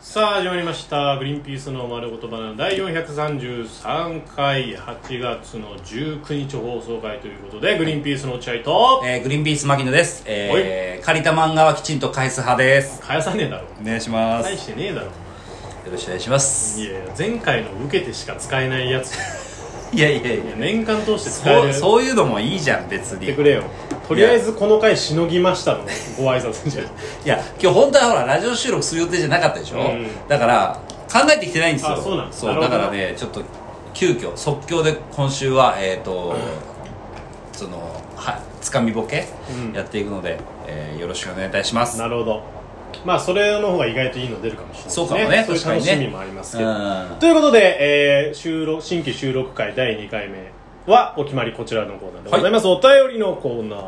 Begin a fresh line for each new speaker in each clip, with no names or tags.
さあ始まりました「グリーンピースの丸言バナナ」第433回8月の19日放送回ということでグリーンピースの落合と
えー、グリーンピース牧野です、えー、借りた漫画はきちんと返す派です
返さねえだろ
お願いしま
返
よ
してねえだろ
ろしくお願いします
いやいや前回の受けてしか使えないやつい
いやいやい
や年間通して使え
そう
る
そういうのもいいじゃん別
言
に
ってくれよとりあえずこの回しのぎましたのご挨拶じゃん
いや今日本当はほらラジオ収録する予定じゃなかったでしょ、
うん
だから考えてきてないんですよ
あそうなん
そう
なるほ
だ
ど
からねちょっと急遽即興で今週はえっ、ー、と、そのはつかみボケ、
うん
やっていくので、えー、よろしくお願いいたします
なるほどまあそれの方が意外といいの出るかもしれないです
そうかもね
そうい
確
う
か
楽
にね
しみもあります
う
けど
ん
ということで、えー収録新規収録回第2回目はお決まりこちらのコーナーでございます、お便りのコーナー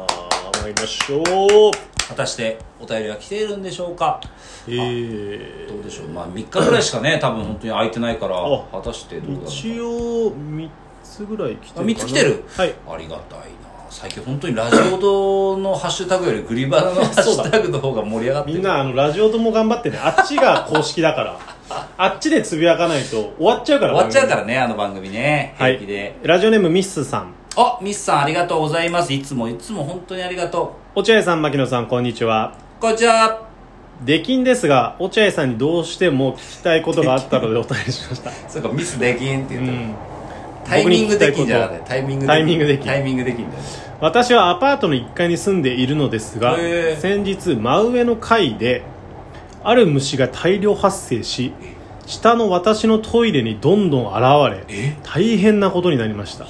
参りましょう
果たしてお便りは来ているんでしょうか
え
どうでしょうまあ3日ぐらいしか ね多分本当に空いてないから
あ
果たしてどうだろう
一応3つぐらい来てるかな
あ3つ来てる
はい
ありがたいな最近本当にラジオとのハッシュタグよりグリバナ のハッシュタグの方が盛り上がって
み
る
んなあのラジオとも頑張ってねあっちが公式だから あっちでつぶやかないと終わっちゃうから
終わっちゃうかららねあの番組ね
は
平気で
い、ラジオネームミッスさん
あミスさんありがとうございますいつもいつも本当にありがと
落合さん牧野さんこんにちは
うこんにちは
出禁ですが落合さんにどうしても聞きたいことがあったのでお便りしました、
そうかミスできんって
う
言った、
ん
タイミングできんじゃなくてタイミング
タイミングできん
タイミングできんだよね
私はアパートの1階に住んでいるのですが
へー
先日真上の階である虫が大量発生し下の私のトイレにどんどん現れ
え
大変なことになりました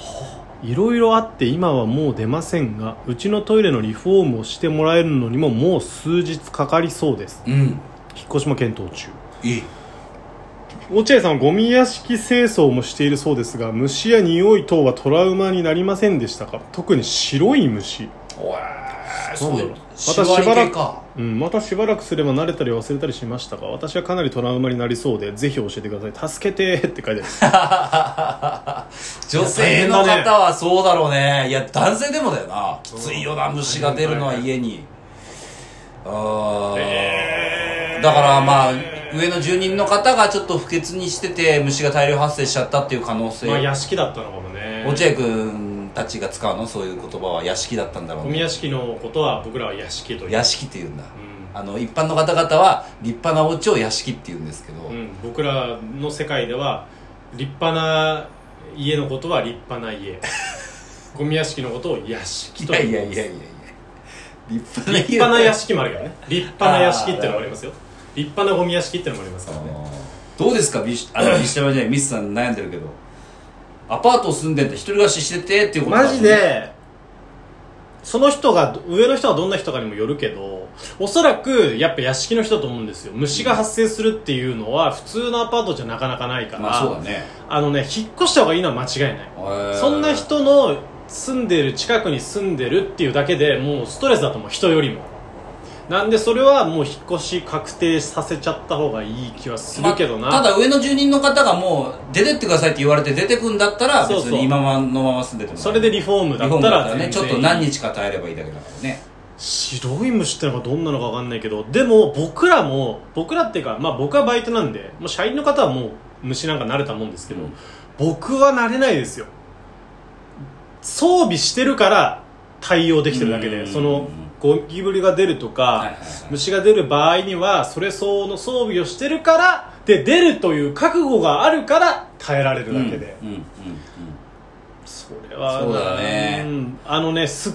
いろいろあって今はもう出ませんがうちのトイレのリフォームをしてもらえるのにももう数日かかりそうです
うん
引っ越しも検討中
え
落合さんはゴミ屋敷清掃もしているそうですが虫や匂い等はトラウマになりませんでしたか特に白い虫
おえそういう
なんだろうまた
縛り
しばら
系か
うん、またしばらくすれば慣れたり忘れたりしましたが私はかなりトラウマになりそうでぜひ教えてください助けてって書いてあ る
女性の方はそうだろうねいや男性でもだよなきついよな虫が出るのは家にあー、だからまあ上の住人の方がちょっと不潔にしてて虫が大量発生しちゃったっていう可能性、
敷だったのかもね
落合君たちが使うのそういう言葉は屋敷だったんだろうね
屋敷のことは僕らは屋敷と
屋敷って言うんだ、
う
あの一般の方々は立派なお家を屋敷って言うんですけど、
ん、僕らの世界では立派な家のことは立派な 家ゴミ屋敷のことを屋敷
いやいやいやいやいや立派な家
立派な屋敷もあるからね立派な屋敷ってのもありますよ立派なゴミ屋敷ってのもありますからね
どうですかビシあ のビシタマじゃないミスさん悩んでるけどアパート住んでて一人暮らししててっていうことだ
マジでその人が上の人はどんな人かにもよるけどおそらくやっぱ屋敷の人だと思うんですよ虫が発生するっていうのは普通のアパートじゃなかなかないから、
まあそうだね
あのね引っ越した方がいいのは間違いないそんな人の住んでる近くに住んでるっていうだけでもうストレスだと思う人よりもなんでそれはもう引っ越し確定させちゃった方がいい気はするけどな、
まあただ上の住人の方がもう出てってくださいって言われて出てくんだったら
そう
別
そう
に今のまま住んでても
それでリ
フ
フォーム
ォ
だ
ー
っ
ム
た
だっ
ら
たらねちょっと
全然いい
何日か耐えればいいだけだからね
白い虫ってのがどんなのかわかんないけどでも僕らも僕らっていうか、まあ、僕はバイトなんでもう社員の方はもう虫なんか慣れたもんですけど、
うん
僕は慣れないですよ装備してるから対応できてるだけ
う
で
ん
そのゴキブリが出るとか、
はいはいはい
虫が出る場合にはそれ相応の装備をしてるからで出るという覚悟があるから耐えられるだけで、
うんうんうん
それはな
そうだね
んあのねすっ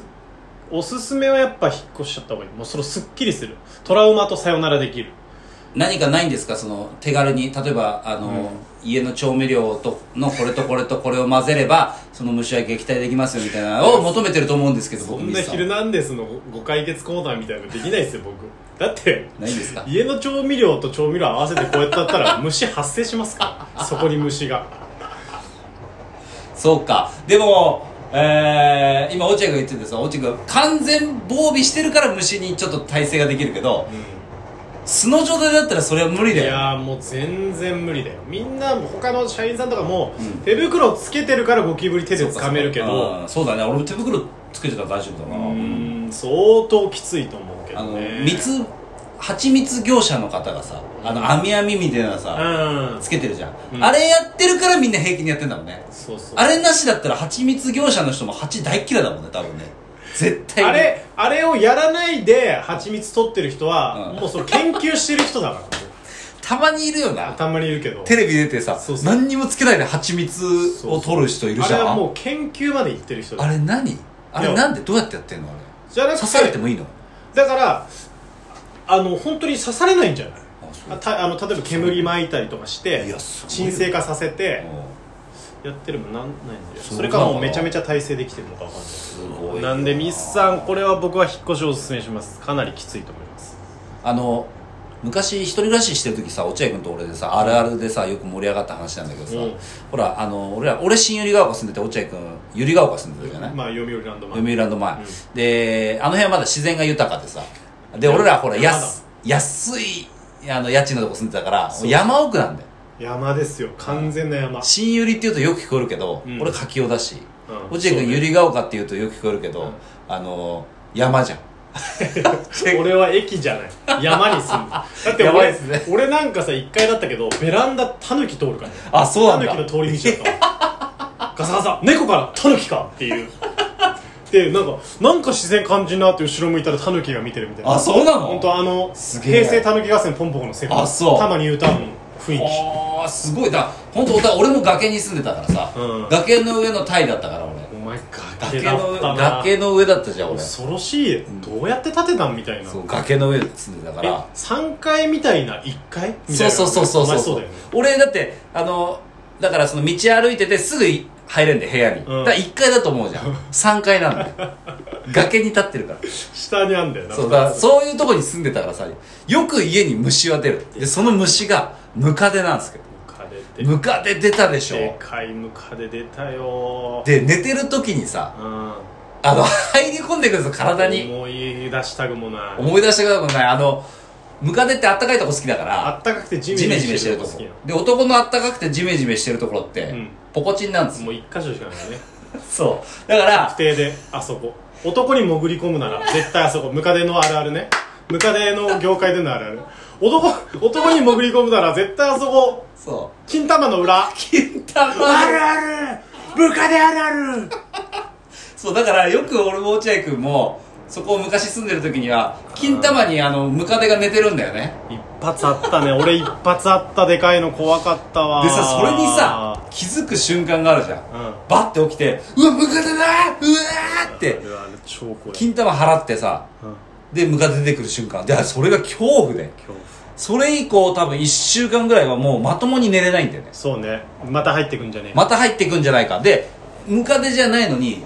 おすすめはやっぱ引っ越しちゃった方がいいもうそのすっきりするトラウマとさよならできる
何かないんですかその手軽に例えばあの、家の調味料とのこれとこれとこれを混ぜればその虫は撃退できますよみたいなのを求めてると思うんですけど
そ
僕
んな「
ミスさ
ヒルナンデス」のご解決コーナーみたいなのできないですよ僕だって
ないんですか
家の調味料と調味料合わせてこうやってやった ら虫発生しますからそこに虫が
そうかでも、えー、今落合が言っててさ落合が完全防備してるから虫にちょっと耐性ができるけど素の状態だったらそれは無理
い
だよ
やーもう全然無理だよみんな他の社員さんとかも
うん
手袋つけてるからゴキブリ手で掴めるけど
うんそうだね俺も手袋つけてたら大丈夫だ
う
な、
ーん相当きついと思うけ
あ
ど
の
ね
密蜂蜜業者の方がさあの網網みたいなさ、
うん
つけてるじゃん、
うん
あれやってるからみんな平気にやってんだもんね
そうそう
あれなしだったら蜂蜜業者の人も蜂大っ嫌いだもんね多分ね絶対に
あれあれをやらないで蜂蜜取ってる人は、
うん
もうその研究してる人だか
たまにいるよ
ら
な
たまにいるけど
テレビ出てさ
そうそう
何にもつけないで蜂蜜を取る人いるじゃん
あれはもう研究まで行ってる人だ
あれ何あれ
いや
なんでどうやってやってんのあれ
じゃなく
刺されて
て
もいいの
だからあの本当に刺されないんじゃない
あそ
あたあの例えば煙巻いたりとかし
い
て
やすごい
沈静化させて
うん
やってるもんなんないんだよ
そう
それかもうめちゃめちゃ体勢できてるのかわかんない
すごいよ
なんでミスさんこれは僕は引っ越しをおすすめしますかなりきついと思います
あの昔一人暮らししてる時さ落合君と俺でさあるあるでさよく盛り上がった話なんだけどさ、
うん
ほらあの俺ら俺新百合ヶ丘住んでて落合君百合ヶ丘住んでたじゃない、
まあ読売ランドマン
読売ランド前、
うん
であの辺はまだ自然が豊かでさで俺らほら
山だ
安安いあの家賃のとこ住んでたから
そうそう
山奥なんだよ
山ですよ完全な山
新百合っていうとよく聞こえるけど、
うん
俺柿雄だし
うん
落合君百合ヶ丘っていうとよく聞こえるけど、
うん
あの山じゃん
俺は駅じゃない山に 住むだって
やばい
俺
っすね
俺なんかさ1階だったけどベランダタヌキ通るからね
あそうなんだ
タヌキの通り道だったわ ガサガサ猫からタヌキかっていうでなんかなんか自然感じんなって後ろ向いたらタヌキが見てるみたいな
あそうなの
本当あの
すげえ
平成タヌキ合戦ポンポコの世界
あそう
たまに U ターンの雰囲気
あーすごいだ本当俺俺も崖に住んでたからさ、
うん
崖の上のタイだったから俺
お前
崖
崖だ
の
ったな
崖の上だったじゃん俺そ
恐ろしいどうやって建てたんみたいな
う崖の上で住んでたか
え
ら
3階みたいな1階みたい
そう
な
そうそうそう
お
そう
前そうだよね
俺だってあのだからその道歩いててすぐ入れんで部屋に、
うん
だから1階だと思うじゃん3階 なんだよ崖に立ってるから
下にあんだよな
そうだからそういうとこに住んでたからさよく家に虫は出るでその虫がムカデなんですけど
ムカデって
ムカデ出たでし
で
ょ
かいムカデ出たよ
で寝てる時にさ
うん
あの、入り込んでくるんですよ、体に。
思い出したくもない
思い出したこともない。あの、ムカデってあったかいとこ好きだか
あ
ら、
ったかくてジ
ジ
メ
メ
ジ
ジ
メ
メ
し
してて
る
ると
とこ好
こ
きなの。
で、男のあったかくてジメジメしてるところっ
う
て
ん、
ポコチンなんですよ。
もう一箇所しかないよね
そう。だか
不
ら、
定であそこ男に潜り込むなら絶対あそこムカデのあるあるねムカデの業界でのあるある男男に潜り込むなら絶対あそこ
そう。
金玉の裏
金玉
あるムカデあるある
そう、だからよく俺も落合君も、そこを昔住んでる時には、金玉にあの、ムカデが寝てるんだよね。
一発あったね俺一発あったでかいの怖かったわ
でさ、それにさ、気づく瞬間があるじゃん。
うん
バッて起きて、うわ、ムカデだうわーっ
あ
て、
れはあれ超怖い
金玉払ってさ、
うん
で、ムカデ出てくる瞬間。で、あそれが恐怖で。
恐怖
それ以降多分1週間ぐらいはもうまともに寝れないんだよね
そうねまた入ってくんじゃねえ
また入ってくんじゃないかでムカデじゃないのに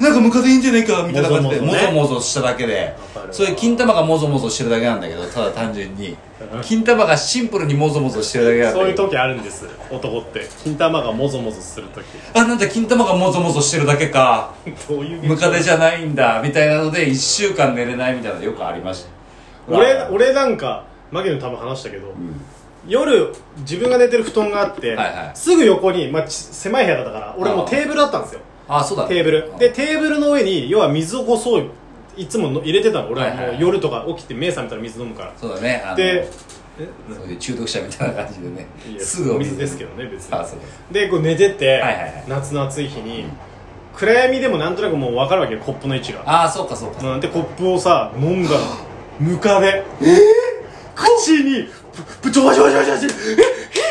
なんかムカデいいんじゃないかみたいな感じで
も
も
ぞもぞ
ぞ
ね
もぞしただけで
かるわ
そういう金玉がもぞもぞしてるだけなんだけどただ単純に金玉がシンプルにもぞもぞしてるだけなんだ
そうい
け
う
ど
時あるんです男って金玉がもぞもぞする時
あなんだ金玉がもぞもぞしてるだけか
どういう
ムカデじ
ゃ
ゃないんだみたいなので1週間寝れないみたいなのよくありました
俺俺なんかマギの多分話したけど、
ん
夜自分が寝てる布団があって、
はいはい
すぐ横に、まあ、ち狭い部屋だったから俺もうテーブルだったんですよ
あそうだ
テーブルでテーブルの上に要は水をこうそういつもの入れてたの俺は
はい
も
は
う
い
夜とか起きて目覚めたら水飲むから
そうだねあの
で
そういう中毒者みたいな感じでね
いや
すぐ
お
お
水ですけどね別に
あそうです
でこう寝てて、
はいはいはい
夏の暑い日に、暗闇でもなんとなくもう分かるわけよコップの位置が、
ああそうかそうか、
うん、でコップをさ飲んだらムカデ口にぶぶちょばちょばちょばちょばちょ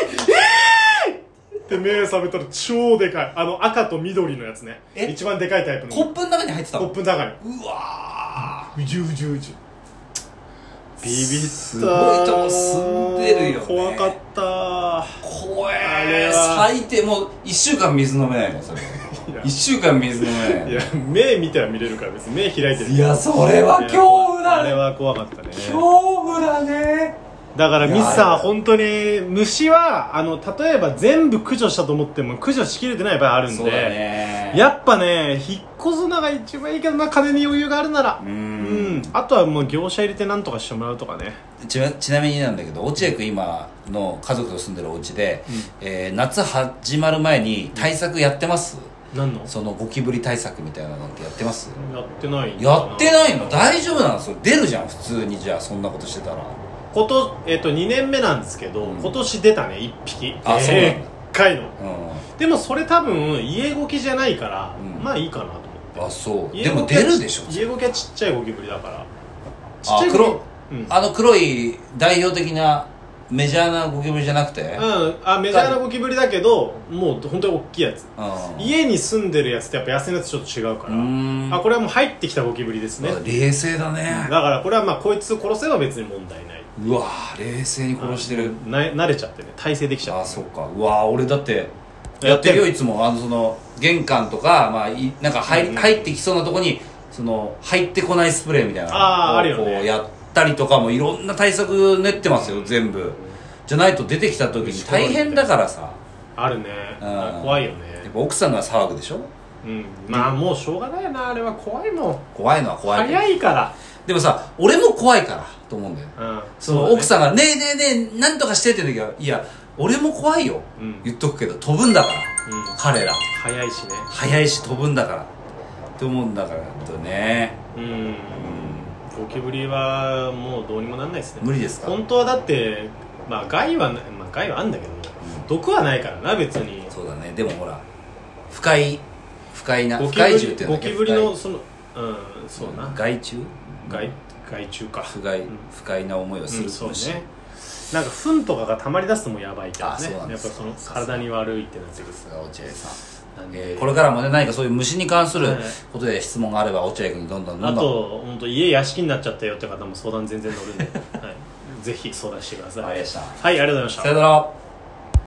えええーって目覚めたら超でかいあの赤と緑のやつね
え
一番でかいタイプの
コップの中に入ってた
コッ
の
プの中に
うわ
うじゅうじゅうじゅビビった
すごいとこ住んでるよね
怖かった
ー怖
あれ
え
は
最低もう1週間水飲めないもんそれ
いや
1週間水飲めない
い
い
や目見ては見れるから別に目開いてる
やそれは恐怖
あ
だ
れ
ね
は怖かったね
恐怖だね
だからミス
いや
さ
あ
ん
れ
本当に虫はあの例えば全部駆除したと思っても駆除しきれてない場合あるんで、
そうだね
やっぱね引っ越すのが一番いいけどな金に余裕があるなら
う
うん
ん
あとはもう業者入れてなんとかしてもらうとかね
ちなちなみになんだけど落合君今の家族と住んでるお家で、えー夏始まる前に対策やってます、
何の
そのゴキブリ対策みたいなのってやってます
やってないのか
やってないの大丈夫なのそれ出るじゃん普通にじゃあそんなことしてたら
こと、えっと2年目なんですけど、
うん
今年出たね1匹
あそうなんだ
でっかいの
う
でもそれ多分家ゴキじゃないから、
うん
まあいいかなと思って
んあそう
家
でも
ゴキは
出るでしょ
家ゴキはちっちゃいゴキブリだからちっ
あ
ちゃいゴ
黒
キうん
あの黒い代表的なメジャーなゴキブリじゃなくてうん
うん、あメジャーなゴキブリだけどもう本当に大きいやつ家に住んでるやつってやっぱ野生のやつとちょっと違うか
う
ら、
ーん
あこれはもう入ってきたゴキブリですね
あ冷静だね
だからこれはまあこいつ殺せば別に問題ないう
わー冷静に殺してる
な慣れちゃってね耐性できちゃ
あ
っ
そうかうわー俺だって
て
やってるよ
や
いつもあのその玄関とか,、まあ、いなんか入り
うん
入ってきそうなとこにその入ってこないスプレーみたいなのを
あーあるよね
こうやったりとかもいろんな対策練ってますよ全部じゃないと出てきた時に大変だからさ
あるね
うん
怖いよ
やっ
ね
ぱ奥さんが騒ぐでしょ
うんまあもうしょうがないよなあれは怖いもん
怖いのは怖いけど
早いか
でもさ俺も怖いからと思うんだよ
らうん
その奥さんが「ねえねえねえなんとかして」って言う時はいや俺も怖いよ、
うん
言っとくけど飛ぶんだから
んうん
彼ら
早いしね
速いし飛ぶんだからって思うんだからとね
うん
うん
ゴキブリはもうどうにもなんないですね
無理ですか
本当はだってまあ害はな、まあ、害はあんだけど毒はないからな別に
そうだねでもほら不快不快な
ゴ
不
キブ
快
リ
獣って言う
ゴ
んだ
キ
けど
ブリのそのうん
不快
そうな
害虫
害害虫か
不快
ん
不快な思いをす
う
る
ん、そう
虫
ねなんか糞とかが溜まり出すともうやばいけど
あそうなん
ね
で
やっ
す
ぱその体に悪いってなってくる
さすが落合さん
なんで
えーこれからもね何かそういう虫に関する
はい
ことで質問があれば落合君にどんどんど
あ
んどん
と本当家屋敷になっちゃ ったよって方も相談全然乗るんで、はい、ぜひ相談してください
わかりました
はいありがとうございました
さよなら